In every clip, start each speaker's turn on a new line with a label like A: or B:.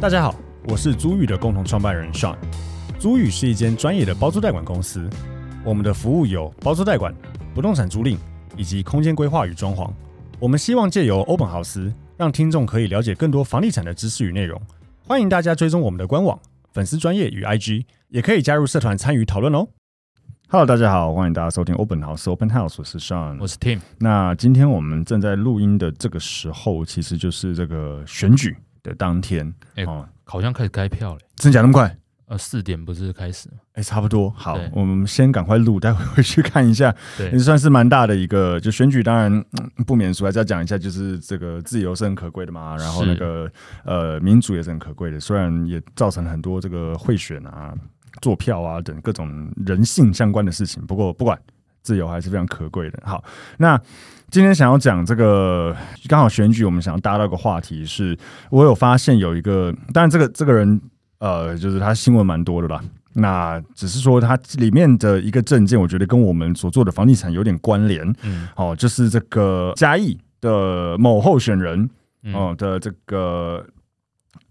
A: 大家好，我是租宇的共同创办人 Sean。租宇是一间专业的包租代管公司，我们的服务有包租代管、不动产租赁以及空间规划与装潢。我们希望借由欧本豪斯，让听众可以了解更多房地产的知识与内容。欢迎大家追踪我们的官网、粉丝专业与 IG，也可以加入社团参与讨论哦。Hello，大家好，欢迎大家收听 Open House Open House，我是 Sean，
B: 我是 Tim，
A: 那今天我们正在录音的这个时候，其实就是这个选举的当天。
B: 哎
A: 哦，
B: 好像开始开票了。
A: 真假那么快？
B: 呃，四点不是开始吗？
A: 哎、差不多。好
B: 对，
A: 我们先赶快录，待会 回去看一下。
B: 对
A: 也算是蛮大的一个，就选举当然、嗯不免俗，还是要讲一下，就是这个自由是很可贵的嘛，然后
B: 是
A: 那个呃民主也是很可贵的，虽然也造成很多这个贿选啊、做票啊等各种人性相关的事情，不过不管。自由还是非常可贵的。好，那今天想要讲这个，刚好选举，我们想要搭到一个话题是，我有发现有一个，当然这个这个人，呃，就是他新闻蛮多的啦，那只是说它里面的一个证件，我觉得跟我们所做的房地产有点关联。
B: 嗯
A: 哦，就是这个嘉义的某候选人
B: 嗯
A: 哦的这个，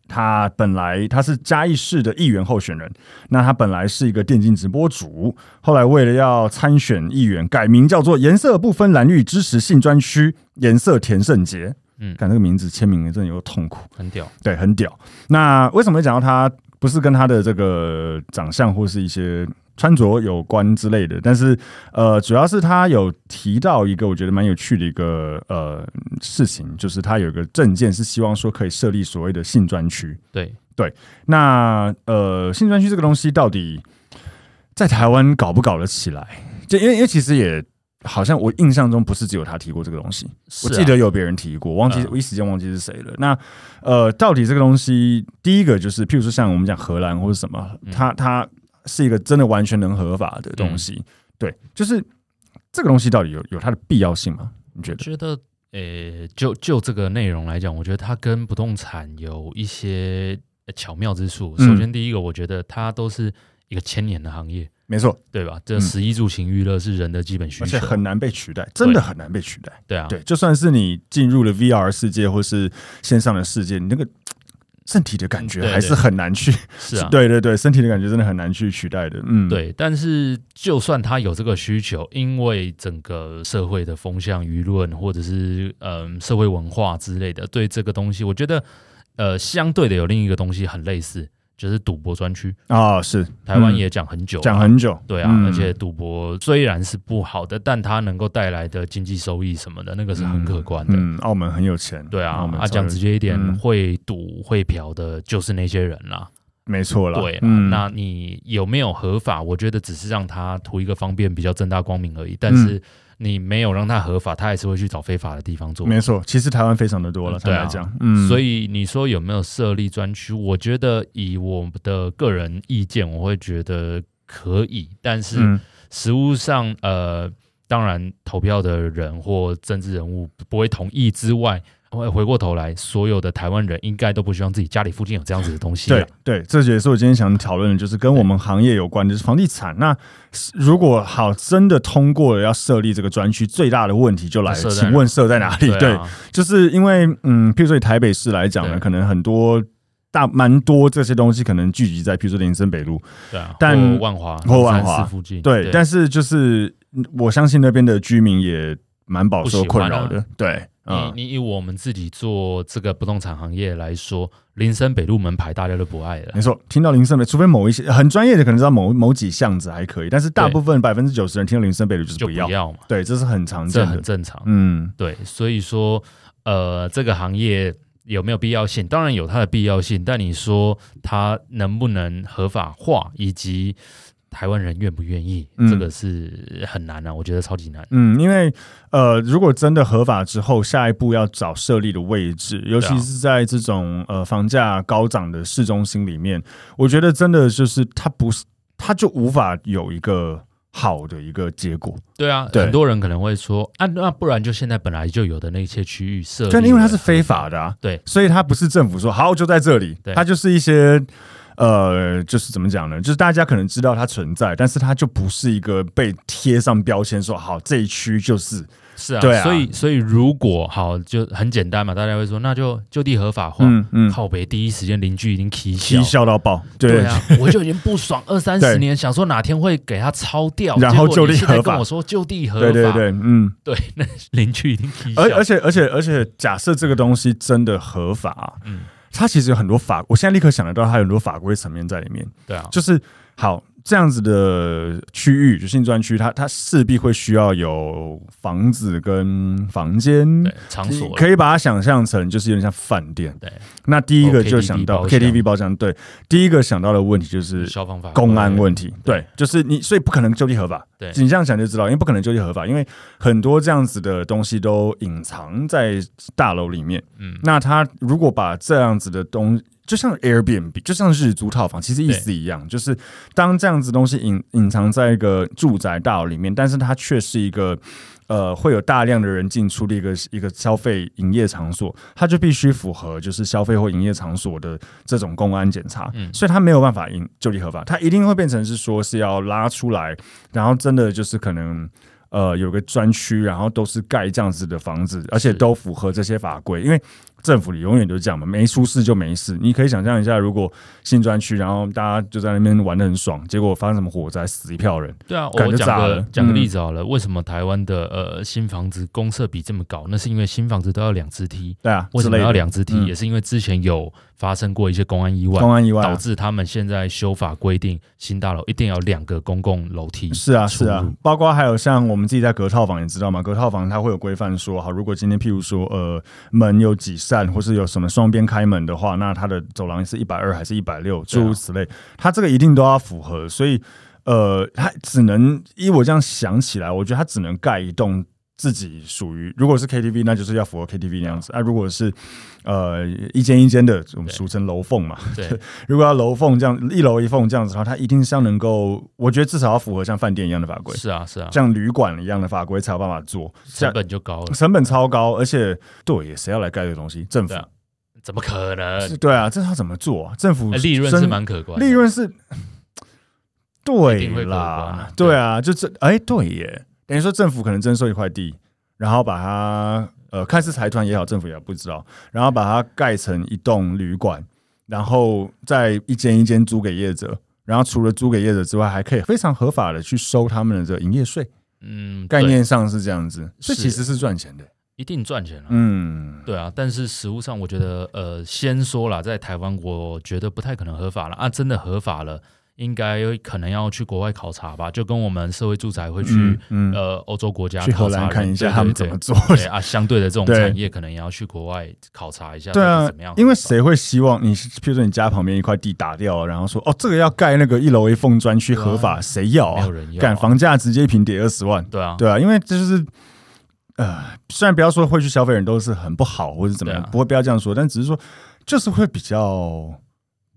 A: 他本来他是嘉义市的议员候选人，那他本来是一个电竞直播主，后来为了要参选议员，改名叫做“颜色不分蓝绿支持性专区”，颜色田胜杰。
B: 嗯
A: 看这个名字签名真的有痛苦。
B: 很屌。
A: 对，很屌。那为什么会讲到他？不是跟他的这个长相或是一些穿着有关之类的，但是呃，主要是他有提到一个我觉得蛮有趣的一个呃事情，就是他有一个证件是希望说可以设立所谓的性专区。
B: 对，
A: 那呃，性专区这个东西到底在台湾搞不搞得起来？就因为因为其实也好像我印象中不是只有他提过这个东西，
B: 是
A: 我
B: 啊
A: 记得有别人提过，忘记、
B: 嗯
A: 我一时间忘记是谁了。那呃，到底这个东西，第一个就是，譬如说像我们讲荷兰或者什么，
B: 嗯
A: 它它是一个真的完全能合法的东西，对，就是这个东西到底有有它的必要性吗？你觉
B: 我
A: 得？
B: 觉得，呃，就就这个内容来讲，我觉得它跟不动产有一些呃巧妙之处。
A: 嗯
B: 首先，第一个，我觉得它都是一个千年的行业，
A: 没错，
B: 对吧？这
A: 嗯
B: 食衣住行娱乐是人的基本需
A: 而且
B: 求，
A: 很难被取代，真的很难被取代。
B: 对啊，
A: 对，就算是你进入了 VR 世界或是线上的世界，你那个嘖身体的感觉
B: 嗯对
A: 还是
B: 对
A: 很难去，
B: 是啊，
A: 对对对，身体的感觉真的很难去取代的。嗯，，
B: 对，但是就算他有这个需求，因为整个社会的风向、舆论或者是嗯社会文化之类的，对这个东西，我觉得呃相对的有另一个东西很类似，就是赌博专区，
A: 啊、是
B: 台湾
A: 嗯
B: 也讲很久、
A: 讲。很久，
B: 对啊，
A: 嗯
B: 而且赌博虽然是不好的，但它能够带来的经济收益什么的，那个是很可观的。
A: 嗯，澳门很有钱，
B: 对
A: 澳
B: 啊，
A: 门
B: 啊
A: 超有
B: 讲直接一点，
A: 嗯
B: 会赌会嫖的就是那些人啦。
A: 没错了，
B: 对啦，
A: 嗯，
B: 那你有没有合法？我觉得只是让他图一个方便，比较正大光明而已。但
A: 嗯
B: 是你没有让他合法，他还是会去找非法的地方做。
A: 没错，其实台湾非常的多了，
B: 嗯
A: 坦
B: 对啊
A: 白讲，嗯，
B: 所以你说有没有设立专区？我觉得以我的个人意见，我会觉得可以，但是
A: 嗯
B: 实物上，呃，当然投票的人或政治人物不会同意之外，回回过头来，所有的台湾人应该都不希望自己家里附近有这样子的东西啦。
A: 对对，这也是我今天想讨论的，就是跟我们行业有关的，就是房地产。那如果好真的通过了要设立这个专区，最大的问题就来了，
B: 设在
A: 请问设在哪里？对
B: 啊，
A: 就是因为嗯，譬如说以台北市来讲呢，
B: 对
A: 可能很多大蛮多这些东西可能聚集在譬如说林森北路，
B: 对啊，
A: 但
B: 或万华、
A: 或万华
B: 三四附近，
A: 对，但是就是嗯我相信那边的居民也蛮饱受
B: 不喜
A: 困
B: 欢啊
A: 扰的，对，
B: 你呃
A: 嗯，
B: 你以我们自己做这个不动产行业来说，林森北路门牌大家都不爱了
A: 没。错，听到林森北，除非某一些很专业的可能知道某某几巷子还可以，但是大
B: 对
A: 部分百分之九十人听到林森北路就是
B: 就
A: 不要，
B: 要嘛，
A: 对，这是很常
B: 这
A: 见
B: 很
A: 的，
B: 正常。
A: 嗯，
B: 对，所以说，呃，这个行业有没有必要性？当然有它的必要性，但你说它能不能合法化，以及台湾人愿不愿意，
A: 嗯
B: 这个是很难啊，我觉得超级难。
A: 嗯，因为呃，如果真的合法之后，下一步要找设立的位置，
B: 啊
A: 尤其是在这种呃房价高涨的市中心里面，我觉得真的就是它不是，它就无法有一个好的一个结果，
B: 对啊，
A: 对
B: 很多人可能会说，啊，那不然就现在本来就有的那些区域设立了，
A: 就因为它是非法的啊，
B: 对
A: 所以它不是政府说好就在这里
B: 对，
A: 它就是一些。呃，就是怎么讲呢？就是大家可能知道它存在，但是它就不是一个被贴上标签说好这一区就是
B: 是啊，
A: 对啊
B: 所以所以如果好就很简单嘛，大家会说那就就地合法化。
A: 嗯嗯，
B: 靠北第一时间邻居已经踢
A: 嬉
B: 笑，
A: 笑到爆，
B: 对
A: 对
B: 啊，我就已经不爽二三十
A: 对
B: 年，想说哪天会给他抄掉，
A: 然后
B: 结
A: 就
B: 果你
A: 地
B: 现在
A: 合法
B: 跟我说就地合法，
A: 对对对，嗯。
B: 对， 那邻居已经踢笑
A: 而，而且而且而且，假设这个东西真的合法、
B: 嗯
A: 它其实有很多法，我现在立刻想得到，它有很多法规层面在里面。
B: 对啊，
A: 就是好这样子的区域，就性专区，它它势必会需要有房子跟房间。
B: 对场所
A: 可以把它想象成就是有点像饭店。
B: 对，
A: 那第一
B: 哦
A: 个
B: KTV
A: 就想到
B: 包厢
A: KTV 包厢，对，第一个想到的问题就是
B: 消防法
A: 公安问题，
B: 对
A: 对，就是你，所以不可能就地合法。
B: 对
A: 你这样想就知道，因为不可能就地合法，因为很多这样子的东西都隐藏在大楼里面。
B: 嗯
A: 那他如果把这样子的东，就像 Airbnb，就像日租套房，其实意思一样，就是当这样子东西隐隐藏在一个住宅大楼里面，但是它却是一个。呃，会有大量的人进出的一个一个消费营业场所，它就必须符合就是消费或营业场所的这种公安检查，
B: 嗯
A: 所以它没有办法因就地合法，它一定会变成是说是要拉出来，然后真的就是可能呃有个专区，然后都是盖这样子的房子，而且
B: 是
A: 都符合这些法规，因为政府里永远都是这样嘛，没出事就没事。你可以想象一下，如果新专区，然后大家就在那边玩的很爽，结果发生什么火灾，死一票人，
B: 对啊，
A: 感
B: 我
A: 觉
B: 讲
A: 炸
B: 个
A: 了
B: 讲个
A: 嗯
B: 例子好了，为什么台湾的呃新房子公设比这么高？那是因为新房子都要两只梯，
A: 对啊，
B: 为什么
A: 之类
B: 要
A: 的
B: 两只梯？
A: 嗯
B: 也是因为之前有发生过一些公安意外，
A: 公安意外啊、
B: 导致他们现在修法规定新大楼一定要两个公共楼梯。
A: 是啊，
B: 出
A: 是啊
B: 入，
A: 包括还有像我们自己在隔套房也知道嘛，隔套房它会有规范说，好，如果今天譬如说呃门有几扇，或是有什么双边开门的话，那它的走廊是一百二还是一百六，
B: 啊
A: 诸如此类，它这个一定都要符合，所以呃，它只能依我这样想起来，我觉得它只能盖一栋。自己属于，如果是 KTV，那就是要符合 KTV 那样子；那、啊如果是呃一间一间的，我们
B: 哦对
A: 俗称楼缝嘛，
B: 对，
A: 如果要楼缝这样一楼一缝这样子的话，它一定是要能够，我觉得至少要符合像饭店一样的法规，
B: 是啊，是啊，
A: 像旅馆一样的法规才有办法做，
B: 成本就高了，
A: 成本超高，而且对，谁要来盖这个东西？政府
B: 对啊怎么可能？
A: 是对啊，这要怎么做啊？政府
B: 呃利润
A: 真
B: 是蛮可观的，
A: 利 润是，
B: 一定
A: 对
B: 会可观啊
A: 啦，
B: 对
A: 对啊，就这哎、对耶，等于说政府可能征收一块地，然后把它呃看似财团也好，政府也不知道，然后把它盖成一栋旅馆，然后再一间一间租给业者。然后除了租给业者之外，还可以非常合法的去收他们的这个营业税，
B: 嗯，
A: 概
B: 对
A: 念上是这样子，所以
B: 是
A: 其实是赚钱的。
B: 一定赚钱了。
A: 嗯，
B: 对啊，但是实物上，我觉得，呃，先说啦，在台湾，我觉得不太可能合法了啊。真的合法了，应该可能要去国外考察吧，就跟我们社会住宅会去、
A: 嗯嗯
B: 呃欧洲国家
A: 去荷
B: 考察
A: 兰看
B: 人
A: 一下
B: 对
A: 他们怎
B: 对
A: 么
B: 对
A: 做。
B: 对啊，相对的这种
A: 对
B: 产业，可能也要去国外考察一下，
A: 对啊
B: 怎么样合，法？
A: 因为谁会希望你，譬如说你家旁边一块地打掉了，然后说哦，这个要盖那个一楼一缝专区
B: 对啊
A: 合法，谁要
B: 没
A: 啊
B: 有？人要啊
A: 干房价直接一平跌二十万，
B: 对啊，
A: 对啊，因为这就是呃，虽然不要说会去消费人都是很不好或者怎么样
B: 对啊，
A: 不会不要这样说，但只是说就是会比较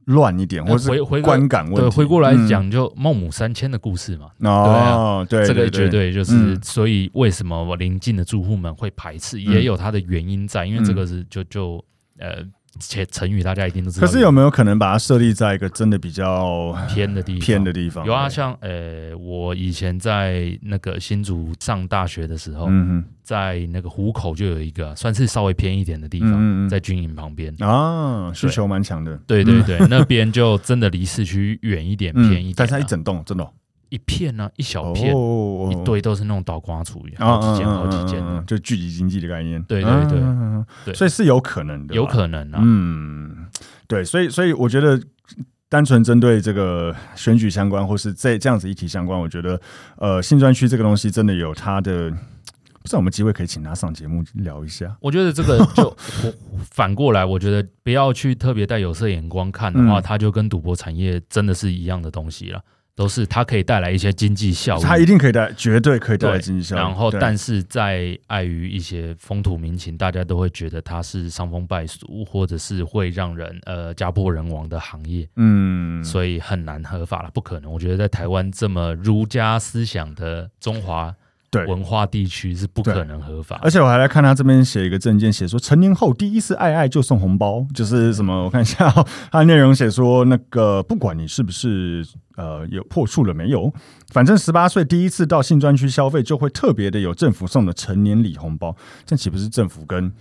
A: 乱一点，
B: 呃
A: 或
B: 回
A: 是
B: 回过
A: 观感问
B: 对，
A: 题。
B: 回过来
A: 嗯
B: 讲，就孟母三迁的故事嘛，
A: 哦，对，
B: 这个
A: 对
B: 绝对就是，
A: 嗯
B: 所以为什么我邻近的住户们会排斥，也有它的原因在，因为
A: 嗯
B: 这个是就就呃，且成语大家一定都知道，
A: 可是有没有可能把它设立在一个真的比较
B: 偏的地方
A: 偏的地方？
B: 有啊，像呃，我以前在那个新竹上大学的时候，
A: 嗯
B: 在那个湖口就有一个啊算是稍微偏一点的地方，
A: 嗯嗯嗯嗯
B: 在军营旁边。
A: 哼啊，需求蛮强的。
B: 对对对，那边就真的离市区远一点，偏一点啊、
A: 嗯但是它一整栋真的哦
B: 一片呢、一小片、
A: 哦，
B: 一堆都是那种倒瓜厨余，
A: 哦，哦
B: 好几间好几间，
A: 嗯嗯嗯
B: 的
A: 嗯，就聚集经济的概念。
B: 对对对
A: 嗯嗯嗯
B: 对
A: 所以是有可能的，
B: 有可能啊。
A: 嗯，对，所以所以我觉得。单纯针对这个选举相关，或是这这样子议题相关，我觉得，呃，新专区这个东西真的有它的，不知道有没有机会可以请他上节目聊一下。
B: 我觉得这个就我反过来，我觉得不要去特别带有色眼光看的话，
A: 嗯
B: 它就跟赌博产业真的是一样的东西了，都是它可以带来一些经济效
A: 他
B: 益
A: 一。定可以带，绝对可以带来
B: 对
A: 经济效益。
B: 然后，
A: 对
B: 但是在碍于一些风土民情，大家都会觉得它是伤风败俗，或者是会让人呃家破人亡的行业，
A: 嗯，
B: 所以很难合法了，不可能。我觉得在台湾这么儒家思想的中华
A: 对
B: 文化地区是不
A: 对啊
B: 可能合法的。
A: 而且我还来看他这边写一个证件，写说成年后第一次爱爱就送红包，就是什么？我看一下、哦，它的内容写说那个不管你是不是呃有破处了没有，反正十八岁第一次到性专区消费就会特别的有政府送的成年礼红包，这岂不是政府跟？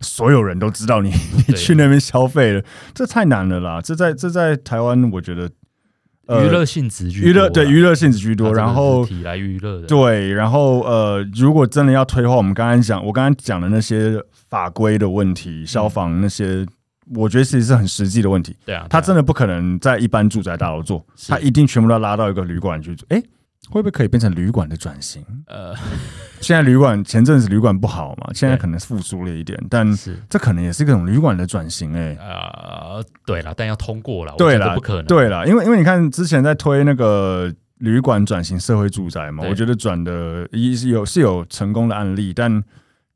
A: 所有人都知道你你
B: 对啊
A: 去那边消费了，这太难了啦！这在这在台湾，我觉得呃
B: 娱乐性质居
A: 娱
B: 多啦，
A: 乐对娱乐性质居
B: 它
A: 多，
B: 真的
A: 然后
B: 是体来娱乐的，
A: 对，然后呃，如果真的要推的话，我们刚刚讲，我刚刚讲的那些法规的问题，消防那些，我觉得其实是很实际的问题。
B: 对啊，
A: 他
B: 对
A: 真
B: 啊
A: 的不可能在一般住宅大楼做，
B: 是
A: 他一定全部都拉到一个旅馆去做。哎，会不会可以变成旅馆的转型？现在旅馆前阵子旅馆不好嘛，现在
B: 呃对
A: 可能复苏了一点，但
B: 呃是
A: 这可能也是一种旅馆的转型哎、
B: 呃对了，但要通过了，我
A: 对
B: 觉
A: 啦
B: 得不可能，
A: 对了，因为因为你看之前在推那个旅馆转型社会住宅嘛，
B: 对
A: 我觉得转的一是有是有成功的案例，但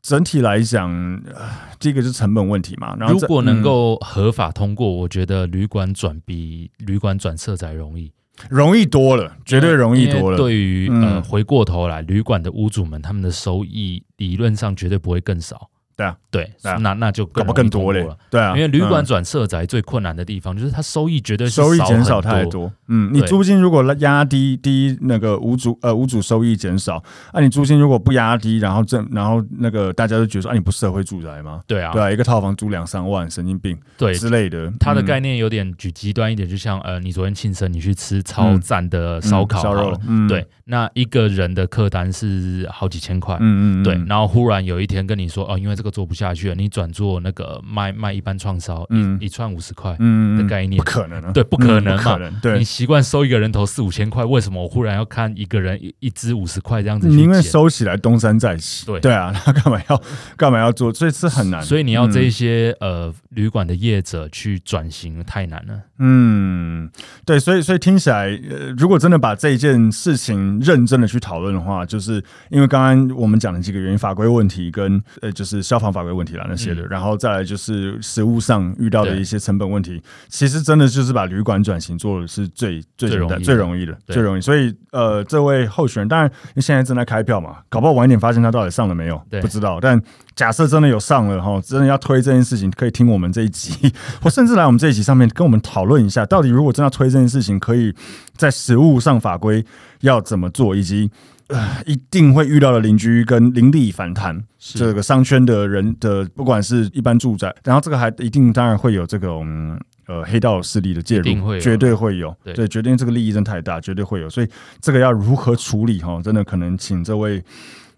A: 整体来讲，呃第一个是成本问题嘛。然后
B: 如
A: 这
B: 果
A: 嗯
B: 能、够合法通过，我觉得旅馆转比旅馆转色彩容易，
A: 容易多了，绝对容易
B: 因为
A: 多了。
B: 对于
A: 嗯
B: 呃，回过头来，旅馆的屋主们他们的收益理论上绝对不会更少。
A: 对啊，
B: 对，
A: 对啊
B: 那那就
A: 搞不
B: 更容
A: 更
B: 易通
A: 多
B: 过
A: 嘞
B: 了。，
A: 对啊，
B: 因为旅馆
A: 嗯
B: 转色宅最困难的地方就是它收益绝对是
A: 收益减少
B: 很
A: 太
B: 多，
A: 多，嗯，你
B: 对
A: 租金如果压低，第一那个屋主呃屋主收益减少，啊，你租金如果不压低，然后正然后那个大家就觉得说，啊，你不是社会住宅吗？
B: 对啊，
A: 对啊，一个套房租两三万，神经病
B: 对，
A: 之类的，
B: 它的
A: 嗯
B: 概念有点举极端一点，就像呃，你昨天庆生，你去吃超赞的烧烤
A: 嗯烧
B: 好
A: 肉
B: 了，，
A: 嗯，
B: 对，那一个人的客单是好几千块，
A: 嗯，嗯嗯，
B: 对，然后忽然有一天跟你说，哦，因为这个做不下去了，你转做那个卖卖一般串烧，
A: 嗯
B: 一一串五十块
A: 嗯
B: 的概念
A: 不，可能啊，
B: 对不可能
A: 嗯
B: 嘛
A: 不可能，
B: 你
A: 对，
B: 习惯收一个人头四五千块，为什么我忽然要看一个人一一支五十块这样子去
A: 你嗯
B: 减？
A: 因为收起来东山再起，
B: 对
A: 对啊， 他干嘛要干嘛要做，所以是很难，
B: 所以你要这
A: 嗯
B: 一些、呃旅馆的业者去转型太难了，
A: 嗯，对，所以所以听起来，呃，如果真的把这一件事情认真的去讨论的话，就是因为刚刚我们讲的几个原因，法规问题跟呃，就是消防法规问题啦那些的，
B: 嗯
A: 然后再来就是实物上遇到的
B: 对
A: 一些成本问题，其实真的就是把旅馆转型做的是最最
B: 最
A: 简
B: 容
A: 单、
B: 易
A: 最
B: 的
A: 容易的、
B: 对
A: 最容易。所以呃，这位候选人，当然因为现在正在开票嘛，搞不好晚一点发现他到底上了没有，
B: 对
A: 不知道。但假设真的有上了哈，真的要推这件事情，可以听我们这一集， 或甚至来我们这一集上面跟我们讨论一下，到底如果真的要推这件事情，可以在实物上法规要怎么做，以及。呃，一定会遇到的邻居跟邻里反弹，
B: 是
A: 这个商圈的人的，不管是一般住宅，然后这个还一定当然会有这种嗯呃黑道势力的介入，
B: 一定会有
A: 绝对会有，
B: 对
A: 对，决定这个利益真的太大，绝对会有，所以这个要如何处理哈，真的可能请这位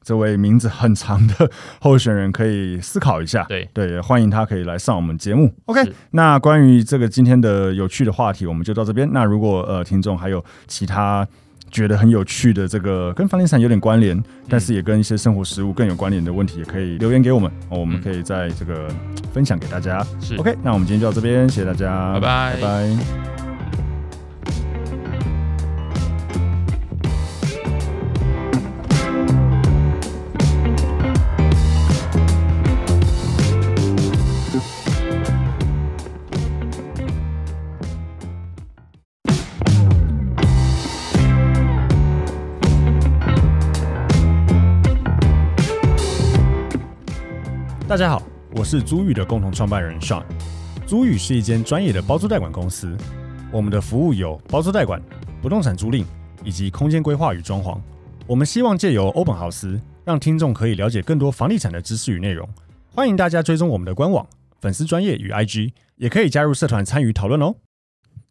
A: 这位名字很长的候选人可以思考一下，
B: 对
A: 对，也欢迎他可以来上我们节目。OK，
B: 是
A: 那关于这个今天的有趣的话题，我们就到这边。那如果呃听众还有其他觉得很有趣的这个跟房地产有点关
B: 嗯
A: 联，但是也跟一些生活实务更有关联的问题，也可以留言给我们，哦我们
B: 嗯
A: 可以在这个分享给大家。
B: 是
A: OK，那我们今天就到这边，谢谢大家，
B: 拜拜
A: 拜拜。大家好，我是租宇的共同创办人 Sean。租宇是一间专业的包租代管公司，我们的服务有包租代管、不动产租赁以及空间规划与装潢。我们希望借由欧本豪斯，让听众可以了解更多房地产的知识与内容。欢迎大家追踪我们的官网、粉丝专业与 IG，也可以加入社团参与讨论哦。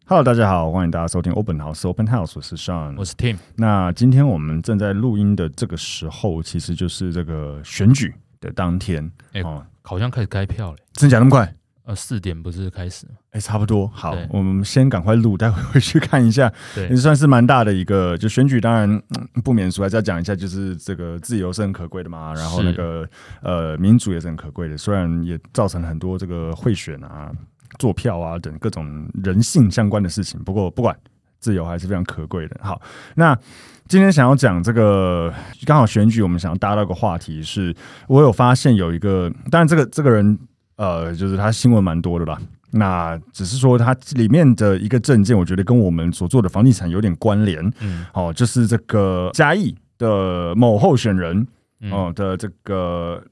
A: Hello，大家好，欢迎大家收听 Open House Open House，我是 Sean，
B: 我是 Tim，
A: 那今天我们正在录音的这个时候，其实就是这个选举的当天。
B: 哎
A: 哦，
B: 好像开始开票了，
A: 真假那么快？
B: 呃，四点不是开始吗？
A: 哎、差不多。好
B: 对，
A: 我们先赶快录，待会回去看一下。
B: 对
A: 也算是蛮大的一个，就选举当然、嗯不免俗，还是要讲一下，就是这个自由是很可贵的嘛，然后
B: 是
A: 那个呃民主也是很可贵的，虽然也造成很多这个贿选啊、坐票啊等各种人性相关的事情，不过不管。自由还是非常可贵的。好，那今天想要讲这个，刚好选举，我们想要搭到一个话题是，我有发现有一个，当然这个这个人，呃，就是他新闻蛮多的啦。那只是说他里面的一个证件，我觉得跟我们所做的房地产有点关联。
B: 嗯，
A: 哦，就是这个嘉义的某候选人
B: 嗯
A: 哦、的这个，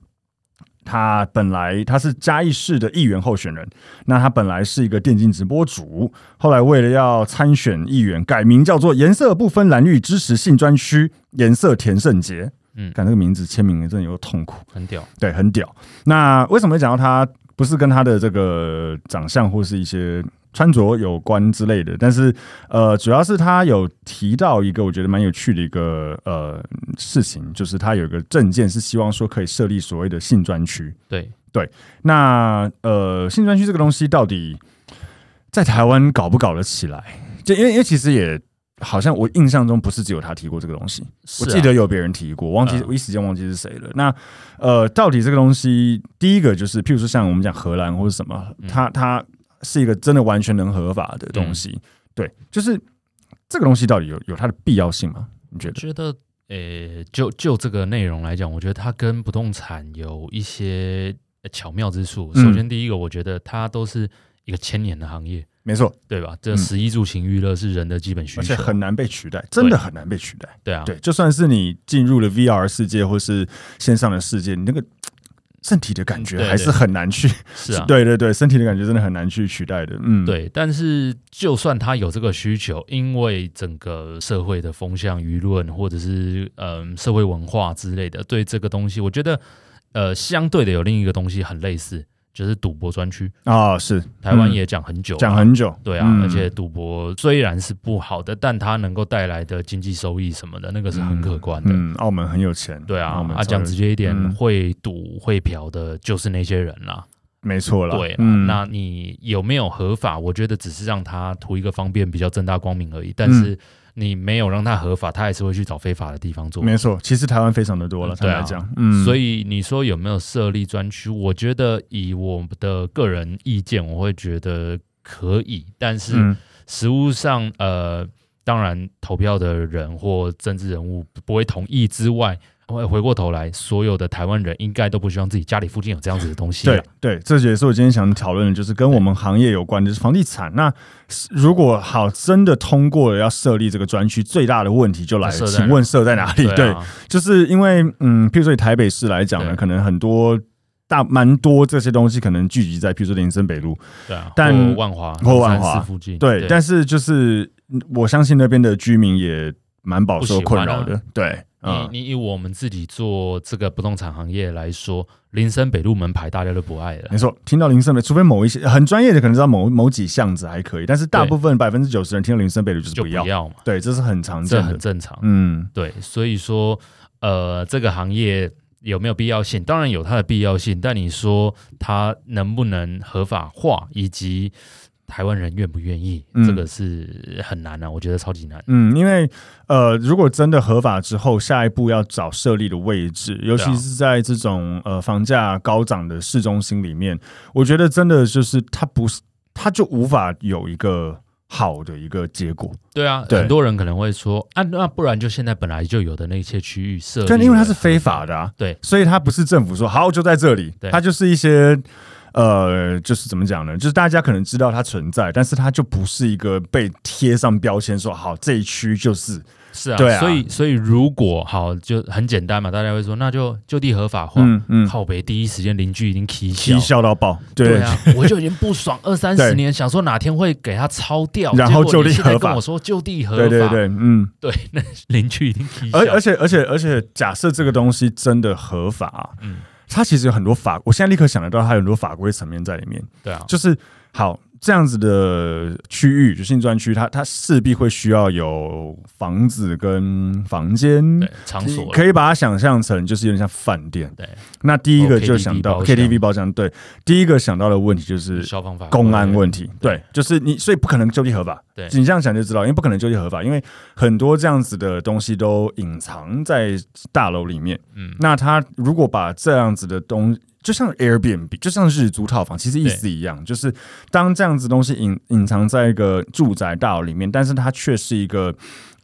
A: 他本来他是嘉义市的议员候选人，那他本来是一个电竞直播主，后来为了要参选议员，改名叫做“颜色不分蓝绿支持性专区”，颜色田胜杰。
B: 嗯
A: 看这个名字签名真的有痛苦，
B: 很屌，
A: 对，很屌。那为什么会讲到他？不是跟他的这个长相或是一些穿着有关之类的，但是呃，主要是他有提到一个我觉得蛮有趣的一个呃事情，就是他有一个证件是希望说可以设立所谓的性专区。
B: 对，
A: 那呃，性专区这个东西到底在台湾搞不搞得起来？就因为因为其实也好像我印象中不是只有他提过这个东西，
B: 是
A: 我
B: 啊
A: 记得有别人提过，忘记、
B: 嗯
A: 我一时间忘记是谁了。那呃，到底这个东西，第一个就是，譬如说像我们讲荷兰或者什么，
B: 嗯
A: 它它是一个真的完全能合法的东西，对，就是这个东西到底有有它的必要性吗？你觉
B: 我
A: 得？
B: 觉得，呃，就就这个内容来讲，我觉得它跟不动产有一些呃巧妙之处。
A: 嗯
B: 首先，第一个，我觉得它都是一个千年的行业，
A: 没错，
B: 对吧？这
A: 嗯
B: 食衣住行娱乐是人的基本需
A: 而且
B: 求，
A: 很难被取代，真的很难被取代。
B: 对啊，
A: 对，就算是你进入了 VR 世界或是线上的世界，你那个嘖身体的感觉
B: 嗯对对
A: 还是很难去。
B: 是啊，
A: 对对对，身体的感觉真的很难去取代的。嗯，，
B: 对，但是就算他有这个需求，因为整个社会的风向、舆论或者是嗯社会文化之类的，对这个东西，我觉得呃相对的有另一个东西很类似，就是赌博专区，
A: 啊、是
B: 台湾
A: 嗯
B: 也讲很久了，
A: 讲很久，
B: 对啊，
A: 嗯
B: 而且赌博虽然是不好的，但它能够带来的经济收益什么的，那个是很可观的。
A: 嗯，澳门很有钱，
B: 对
A: 澳
B: 啊，
A: 门
B: 啊
A: 超有
B: 讲直接一点，
A: 嗯
B: 会赌会嫖的就是那些人啦。
A: 没错啦，
B: 对啦，
A: 嗯，
B: 那你有没有合法？我觉得只是让他图一个方便，比较正大光明而已。但
A: 嗯
B: 是你没有让他合法，他还是会去找非法的地方做。
A: 没错，其实台湾非常的多了，
B: 嗯
A: 坦
B: 对啊
A: 白讲，嗯，
B: 所
A: 以
B: 以你说有没有设立专区？我觉得以我的个人意见，我会觉得可以，但是
A: 嗯，
B: 实物上，呃，当然投票的人或政治人物不会同意之外，回回过头来，所有的台湾人应该都不希望自己家里附近有这样子的东西啦。
A: 对对，这也是我今天想讨论的，就是跟我们行业有关，就是房地产。那如果好真的通过了要设立这个专区，最大的问题就来
B: 设
A: 了，
B: 在哪
A: 请问设在哪里？对，
B: 啊，
A: 就是因为嗯，譬如说以台北市来讲呢，
B: 对
A: 可能很多。大蛮多这些东西可能聚集在，譬如说林森北路，
B: 对啊，
A: 但
B: 或万华、
A: 或万
B: 三
A: 华
B: 四附近，
A: 对，但是就是嗯我相信那边的居民也蛮饱
B: 不
A: 受
B: 喜
A: 困
B: 欢
A: 扰
B: 啊
A: 的，对，嗯，
B: 你你以我们自己做这个不动产行业来说，林森北路门牌大家都不爱了
A: 没。错，听到林森北，除非某一些很专业的，可能知道某某几巷子还可以，但是大部分百分之九十人听到林森北的就是
B: 就
A: 不
B: 不
A: 要。
B: 要嘛，
A: 对，这是很常
B: 这
A: 见
B: 很
A: 的。
B: 正常。
A: 嗯，
B: 对，所以说，呃，这个行业有没有必要性？当然有它的必要性，但你说它能不能合法化，以及台湾人愿不愿意，
A: 嗯
B: 这个是很难啊，我觉得超级难。
A: 嗯，因为呃，如果真的合法之后，下一步要找设立的位置，尤
B: 对
A: 其
B: 啊
A: 是在这种呃房价高涨的市中心里面，我觉得真的就是它不是，它就无法有一个好的一个结果。
B: 对啊，
A: 对
B: 很多人可能会说，啊，那不然就现在本来就有的那些区域设立了，
A: 但因为它是非法的啊，
B: 对
A: 所以它不是政府说好就在这里
B: 对，
A: 它就是一些呃，就是怎么讲呢？就是大家可能知道它存在，但是它就不是一个被贴上标签说好这一区就是
B: 是啊，
A: 对啊
B: 所以所以如果好就很简单嘛，大家会说那就就地合法化，
A: 嗯嗯，
B: 靠北第一时间邻居已经踢笑
A: 踢，笑到爆，
B: 对啊，我就已经 不爽二三十年，想说哪天会给他抄掉，
A: 然后
B: 结果你
A: 就地合法
B: 现在跟我说就地合法，
A: 对对对，嗯。
B: 对 那邻居已经踢笑
A: 而，而且而且而且，假设这个东西真的合法、
B: 嗯
A: 它其实有很多法，我现在立刻想得到它有很多法规层面在里面。
B: 对啊，
A: 就是好这样子的区域，就性专区，它它势必会需要有房子跟房间。
B: 对场所
A: 可以把它想象成就是有点像饭店。
B: 对，
A: 那第一个就
B: KTV
A: 想到
B: 包厢
A: KTV 包厢，对，第一个想到的问题就是
B: 消防法
A: 公安问题，
B: 对
A: 对，就是你，所以不可能就地合法。
B: 对
A: 你这样想就知道，因为不可能就地合法，因为很多这样子的东西都隐藏在大楼里面。
B: 嗯
A: 那他如果把这样子的东，就像 Airbnb，就像日租套房，其实意思一样，就是当这样子东西隐隐藏在一个住宅大楼里面，但是它却是一个。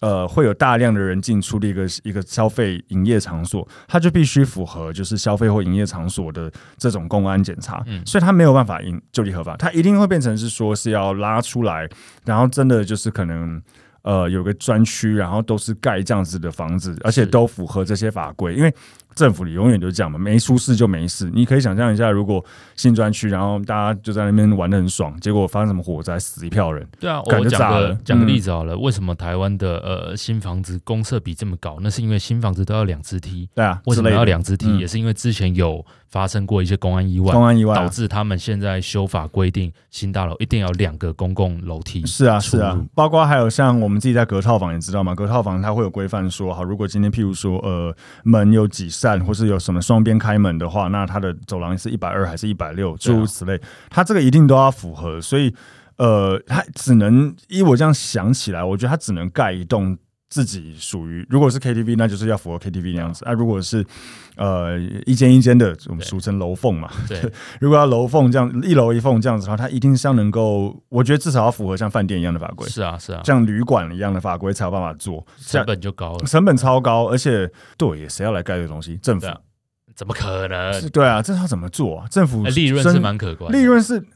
A: 呃，会有大量的人进出的一个一个消费营业场所，它就必须符合就是消费或营业场所的这种公安检查，
B: 嗯
A: 所以它没有办法因就地合法，它一定会变成是说是要拉出来，然后真的就是可能呃有个专区，然后都是盖这样子的房子，而且都符合这些法规。因为政府里永远都是这样嘛，没出事就没事。你可以想象一下，如果新专区，然后大家就在那边玩的很爽，结果发生什么火灾，死一票人。
B: 对啊，
A: 感
B: 我
A: 觉
B: 讲
A: 炸
B: 个
A: 了
B: 讲个
A: 嗯
B: 例子好了，为什么台湾的呃新房子公设比这么高？那是因为新房子都要两只梯，
A: 对啊，
B: 为什
A: 之
B: 么
A: 类
B: 要
A: 的
B: 两只梯？
A: 嗯
B: 也是因为之前有发生过一些公安意外，
A: 公安意外啊、
B: 导致他们现在修法规定新大楼一定要两个公共楼 梯。
A: 是啊，
B: 出
A: 是啊
B: 入，
A: 包括还有像我们自己在隔套房也知道嘛，隔套房它会有规范说，好，如果今天譬如说呃门有几扇，或是有什么双边开门的话，那它的走廊是一百二还是一百六，
B: 啊
A: 诸如此类，它这个一定都要符合，所以呃，它只能依我这样想起来，我觉得它只能盖一栋。自己属于，如果是 KTV，那就是要符合 KTV 那样子；啊，如果是呃一间一间的，我们
B: 哦对
A: 俗称楼缝嘛，
B: 对，
A: 如果要楼缝这样一楼一缝这样子的话，它一定是要能够，我觉得至少要符合像饭店一样的法规，
B: 是啊是啊，
A: 像旅馆一样的法规才有办法做，
B: 成本就高了，
A: 成本超高，而且对，谁要来盖这个东西？政府
B: 对啊怎么可能？
A: 是对啊，这要怎么做啊？政府
B: 呃利润是
A: 真
B: 蛮可观的，
A: 利润 是，
B: 一定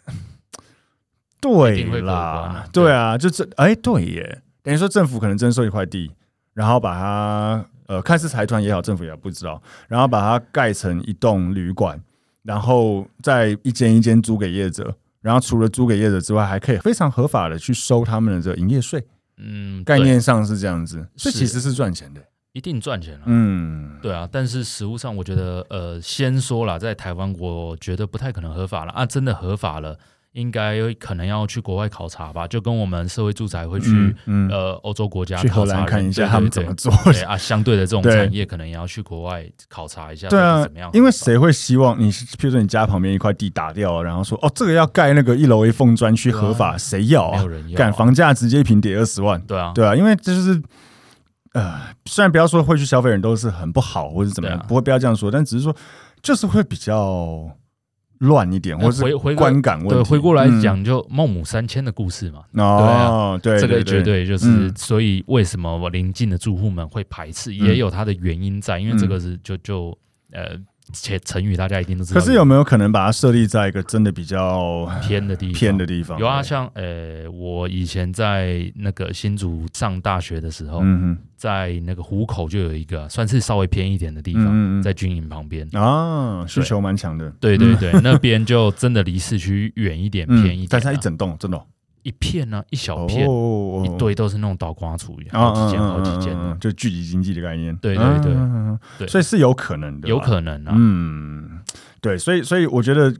A: 对
B: 会过关
A: 啦
B: 啊，
A: 对啊，就这哎对耶，等于说政府可能征收一块地，然后把它呃看似财团也好，政府也好不知道，然后把它盖成一栋旅馆，然后再一间一间租给业者。然后除了租给业者之外，还可以非常合法的去收他们的这个营业税，
B: 嗯，
A: 概
B: 对
A: 念上是这样子，这
B: 是
A: 其实是赚钱的。
B: 一定赚钱了。
A: 嗯，
B: 对啊，但是实物上，我觉得，呃，先说啦，在台湾，我觉得不太可能合法了啊。真的合法了，应该可能要去国外考察吧，就跟我们社会住宅会去、
A: 嗯
B: 呃欧洲国家
A: 去荷
B: 考察
A: 兰
B: 人
A: 看一下
B: 对
A: 他们
B: 对
A: 怎
B: 对
A: 么做。
B: 对啊，相对的这种
A: 对
B: 产业，可能也要去国外考察一下，
A: 对啊
B: 怎么样合，法？
A: 因为谁会希望你，譬如说你家旁边一块地打掉了，然后说哦，这个要盖那个一楼一缝专区
B: 对啊
A: 合法，谁要
B: 没
A: 啊
B: 有？人要啊
A: 赶房价直接一平跌二十万，
B: 对啊，
A: 对啊，因为这就是呃，虽然不要说会去消费人都是很不好或者怎么样
B: 对啊，
A: 不会不要这样说，但只是说就是会比较乱一点，
B: 那
A: 或是
B: 哎回回过
A: 观感问
B: 对，
A: 题。
B: 回过来
A: 嗯
B: 讲，就孟母三迁的故事嘛，
A: 哦，对，
B: 这个
A: 对
B: 绝对就是，
A: 嗯
B: 所以为什么呃我邻近的住户呃们会排斥，也有它的原因在，因为这个是就就呃，且成语大家一定都知道，
A: 可是有没有可能把它设立在一个真的比较
B: 偏的地方
A: 偏的地方？
B: 有啊，像呃，我以前在那个新竹上大学的时候，
A: 嗯
B: 在那个湖口就有一个算是稍微偏一点的地方，
A: 嗯嗯嗯
B: 在军营旁边。
A: 哼，啊，需
B: 对
A: 求蛮强的。
B: 对对对，那边就真的离市区远一点，偏一点啊、
A: 嗯但是它一整栋真的哦
B: 一片呢、一小
A: 哦，
B: 片、
A: 哦
B: 一堆都是那种倒瓜厨余，
A: 哦哦
B: 好几间
A: 嗯嗯
B: 好几间
A: 嗯
B: 的
A: 嗯嗯就聚集经济的概念。
B: 对对对
A: 嗯嗯嗯
B: 对
A: 所以是有可能的吧，
B: 有可能啊。
A: 嗯，对，所以所以我觉得。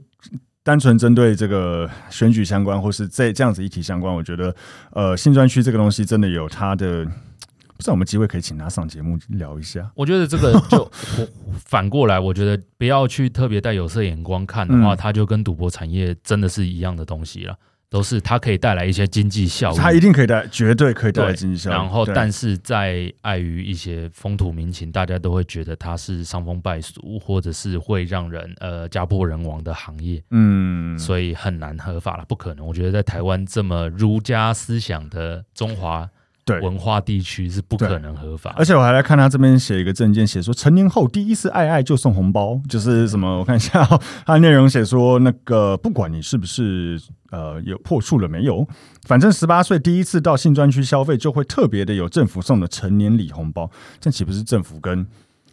A: 单纯针对这个选举相关，或是这这样子议题相关，我觉得，呃，新专区这个东西真的有它的，不知道有没有机会可以请他上节目聊一下。
B: 我觉 得这个就我反过来，我觉得不要去特别带有色眼光看的话，
A: 嗯
B: 它就跟赌博产业真的是一样的东西了，都是它可以带来一些经济效益。
A: 他一定可以带，绝对可以带来
B: 对
A: 经济效益。
B: 然后，
A: 对
B: 但是在碍于一些风土民情，大家都会觉得它是伤风败俗，或者是会让人呃家破人亡的行业，
A: 嗯，
B: 所以很难合法了，不可能。我觉得在台湾这么儒家思想的中华
A: 对
B: 文化地区是不
A: 对啊
B: 可能合法
A: 而。且我还来看他这边写一个证件，写说成年后第一次爱爱就送红包，就是什么？我看一下、哦，它的内容写说那个不管你是不是呃有破处了没有，反正十八岁第一次到性专区消费就会特别的有政府送的成年礼红包，这岂不是政府跟？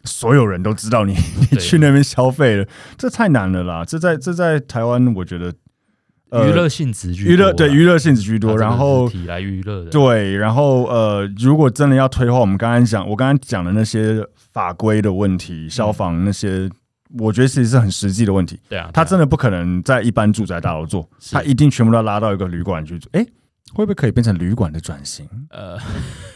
A: 所有人都知道你你
B: 对
A: 去那边消费了，这太难了啦！这在这在台湾，我觉得呃
B: 娱乐性质居啊
A: 娱乐对娱
B: 乐
A: 乐性质居多，然后
B: 体来娱乐的，
A: 对，然后呃，如果真的要推的话，我们刚刚讲，我刚刚讲的那些法规的问题，消防那些，我觉得其实是很实际的问题。
B: 对啊，
A: 他真
B: 的
A: 的不可能在一般住宅大楼做，
B: 是
A: 他一定全部都要拉到一个旅馆去做。哎，会不会可以变成旅馆的转型？
B: 呃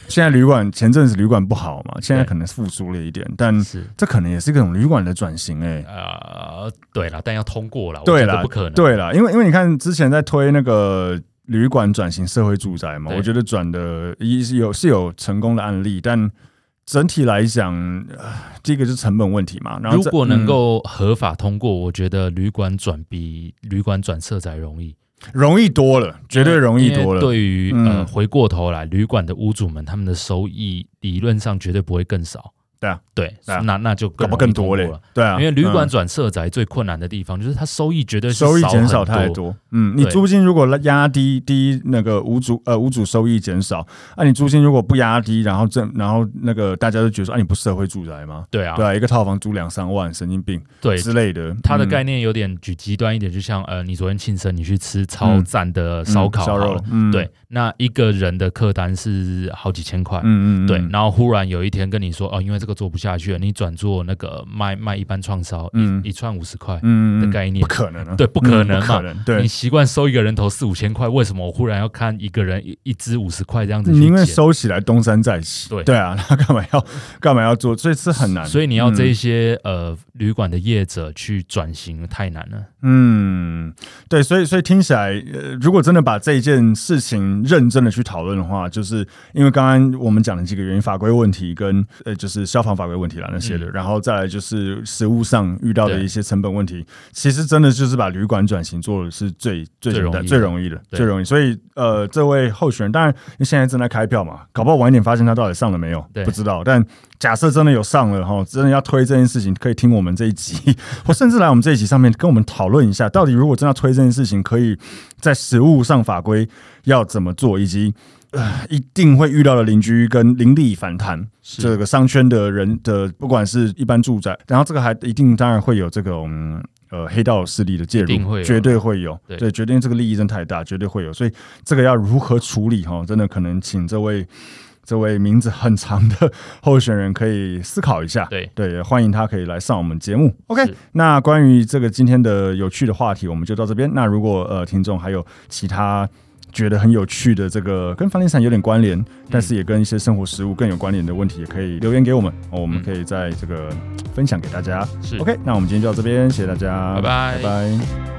A: 现在旅馆前阵子旅馆不好嘛，现在
B: 对
A: 可能复苏了一点，但
B: 啊是
A: 这可能也是一种旅馆的转型哎、
B: 呃对了，但要通过了，我
A: 对
B: 觉得
A: 啦
B: 不可能，
A: 对了，因为因为你看之前在推那个旅馆转型社会住宅嘛，
B: 对
A: 我觉得转的一是有是有成功的案例，但整体来讲，呃第一个就是成本问题嘛。然后
B: 如
A: 再
B: 果能、
A: 嗯
B: 够合法通过，我觉得旅馆转比旅馆转色彩容易，
A: 容易多了，绝对容易
B: 因为
A: 多了。
B: 对于
A: 嗯
B: 呃，回过头来，旅馆的屋主们他们的收益理论上绝对不会更少，
A: 对啊，
B: 对，
A: 对啊
B: 那那就
A: 搞
B: 更
A: 不好更
B: 容易
A: 多
B: 通
A: 嘞
B: 过了。，
A: 对啊，
B: 因为旅馆
A: 嗯
B: 转社宅最困难的地方就是它收益绝对是
A: 收益减少
B: 很
A: 太
B: 多，
A: 多，嗯，你
B: 对
A: 租金如果压低，第一那个无主呃无主收益减少，啊，你租金如果不压低，然后正然后那个大家都觉得说啊，你不是社会住宅吗？
B: 对啊
A: 对，啊，一个套房租两三万，神经病
B: 对，
A: 之类的，
B: 它的
A: 嗯
B: 概念有点举极端一点，就像呃，你昨天庆生，你去吃超赞的
A: 嗯
B: 烧烤好
A: 烧
B: 了，
A: 肉，嗯，
B: 对，那一个人的客单是好几千块，
A: 嗯，嗯嗯，
B: 对，
A: 嗯
B: 然后忽然有一天跟你说，哦，因为这个做不下去了，你转做那个卖卖一般串烧，
A: 嗯
B: 一一串五十块
A: 嗯
B: 的
A: 嗯
B: 概念
A: 不，可能啊，
B: 对不可能
A: 嗯不
B: 嘛
A: 可能，对
B: 你，习惯收一个人头四五千块，为什么我忽然要看一个人一一支五十块这样子去
A: 你
B: 减？
A: 因为收起来东山再起，
B: 对
A: 对啊， 他干嘛要干嘛要做，所以是很难，
B: 所以你要这
A: 嗯
B: 一些、呃旅馆的业者去转型太难了。
A: 嗯，对，所以所以听起来，呃，如果真的把这一件事情认真的去讨论的话，就是因为刚刚我们讲的几个原因，法规问题跟呃，就是消防法规问题啦那些的，然后再来就是实物上遇到的
B: 嗯对
A: 一些成本问题，其实真的就是把旅馆转型做的是最最
B: 最
A: 简
B: 容
A: 单、
B: 易
A: 最
B: 的
A: 容易的、
B: 对
A: 最容易。所以呃，这位候选人，当然因为现在正在开票嘛，搞不好晚一点发现他到底上了没有，
B: 对
A: 不知道，但。假设真的有上了哈，真的要推这件事情，可以听我们这一集， 或甚至来我们这一集上面跟我们讨论一下，到底如果真的要推这件事情，可以在实物上法规要怎么做，以及呃一定会遇到的邻居跟邻里反弹，
B: 是
A: 这个商圈的人的，不管是一般住宅，然后这个还一定当然会有这种。呃，黑道势力的介
B: 一定
A: 入，
B: 会有
A: 绝对会有，
B: 对
A: 对，决定这个利益真太大，绝对会有，所以这个要如何处理哈，真的可能请这位这位名字很长的候选人可以思考一下。
B: 对
A: 对，也欢迎他可以来上我们节目。OK，
B: 是
A: 那关于这个今天的有趣的话题，我们就到这边。那如果呃听众还有其他觉得很有趣的这个跟房地产有点关联，但是也跟一些生活实务更有关联的问题，也可以留言给我们，哦，我们
B: 嗯
A: 可以在这个分享给大家。
B: 是
A: OK，那我们今天就到这边，谢谢大家，
B: 拜拜
A: 拜拜